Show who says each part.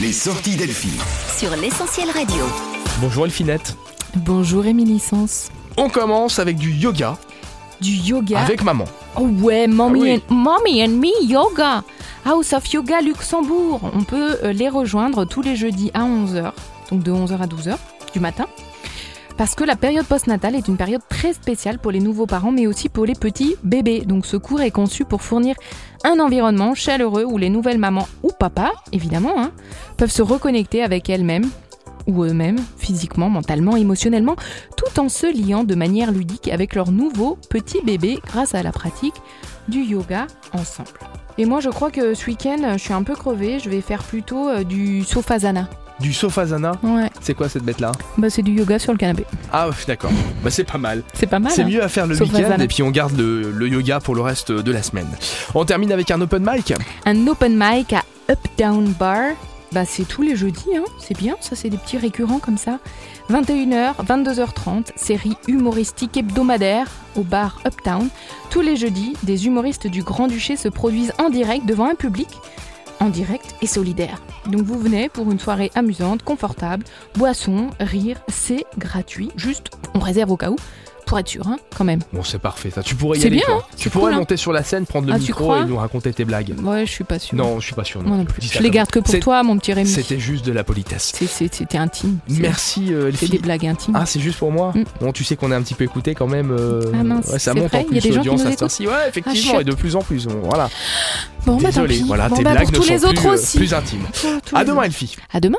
Speaker 1: Les sorties d'Elfie.
Speaker 2: sur l'essentiel radio.
Speaker 3: Bonjour Elfinette.
Speaker 4: Bonjour Émilie Sens.
Speaker 3: On commence avec du yoga
Speaker 4: Du yoga.
Speaker 3: avec maman.
Speaker 4: Oh ouais, mommy,
Speaker 3: Ah oui.
Speaker 4: and, mommy and me yoga. House of Yoga Luxembourg. On peut euh, les rejoindre tous les jeudis à 11h, donc de 11h à 12h du matin. Parce que la période postnatale est une période très spéciale pour les nouveaux parents, mais aussi pour les petits bébés. Donc ce cours est conçu pour fournir un environnement chaleureux où les nouvelles mamans ou papas, évidemment, hein, peuvent se reconnecter avec elles-mêmes ou eux-mêmes, physiquement, mentalement, émotionnellement, tout en se liant de manière ludique avec leur nouveau petit bébé grâce à la pratique du yoga ensemble. Et moi, je crois que ce week-end, je suis un peu crevée, je vais faire plutôt euh, du sofasana.
Speaker 3: Du sofasana.
Speaker 4: Ouais,
Speaker 3: C'est quoi cette bête là
Speaker 4: bah c'est du yoga sur le canapé.
Speaker 3: Ah d'accord. Bah c'est pas mal.
Speaker 4: C'est pas mal.
Speaker 3: C'est
Speaker 4: hein.
Speaker 3: mieux à faire le
Speaker 4: Sofasana.
Speaker 3: week-end et puis on garde le, le yoga pour le reste de la semaine. On termine avec un open mic.
Speaker 4: Un open mic à Up Down Bar. Bah, c'est tous les jeudis, hein. c'est bien, ça c'est des petits récurrents comme ça. 21h, 22h30, série humoristique hebdomadaire au bar Uptown. Tous les jeudis, des humoristes du Grand-Duché se produisent en direct devant un public, en direct et solidaire. Donc vous venez pour une soirée amusante, confortable, boisson, rire, c'est gratuit, juste on réserve au cas où, pour être sûr hein, quand même.
Speaker 3: Bon c'est parfait ça. Tu pourrais y
Speaker 4: C'est
Speaker 3: aller.
Speaker 4: bien,
Speaker 3: toi.
Speaker 4: hein.
Speaker 3: tu
Speaker 4: C'est
Speaker 3: pourrais
Speaker 4: cool, hein.
Speaker 3: monter sur la scène, prendre le
Speaker 4: Ah, tu
Speaker 3: micro
Speaker 4: crois
Speaker 3: et nous raconter tes blagues.
Speaker 4: Ouais, je suis pas sûre.
Speaker 3: Non, je suis pas sûr.
Speaker 4: Moi non plus.
Speaker 3: Dis ça
Speaker 4: Je les
Speaker 3: comme-
Speaker 4: garde que pour
Speaker 3: C'est-
Speaker 4: toi, mon petit Rémi.
Speaker 3: C'était juste de la politesse.
Speaker 4: C'est- c'est- C'était intime. C'est-
Speaker 3: Merci euh,
Speaker 4: C'est
Speaker 3: Elfie.
Speaker 4: des blagues intimes.
Speaker 3: Ah, c'est juste pour moi
Speaker 4: Mm.
Speaker 3: Bon, tu sais qu'on est un petit peu écouté quand même. euh,
Speaker 4: Ah mince,
Speaker 3: ouais, ça
Speaker 4: c'est
Speaker 3: monte
Speaker 4: vrai
Speaker 3: en
Speaker 4: Il y a
Speaker 3: plus
Speaker 4: des gens qui
Speaker 3: l'audience
Speaker 4: nous
Speaker 3: à cette
Speaker 4: écoutent
Speaker 3: heure-ci. Ouais, effectivement,
Speaker 4: chouette.
Speaker 3: et de plus en plus. on- Voilà.
Speaker 4: bon, bah tant
Speaker 3: Désolé,
Speaker 4: pis.
Speaker 3: voilà,
Speaker 4: bon,
Speaker 3: tes
Speaker 4: bah
Speaker 3: blagues
Speaker 4: pour tous
Speaker 3: ne
Speaker 4: les
Speaker 3: sont
Speaker 4: autres
Speaker 3: plus, euh,
Speaker 4: aussi.
Speaker 3: plus intimes.
Speaker 4: Pour tous
Speaker 3: À
Speaker 4: les
Speaker 3: demain,
Speaker 4: autres.
Speaker 3: Elfie.
Speaker 4: À demain.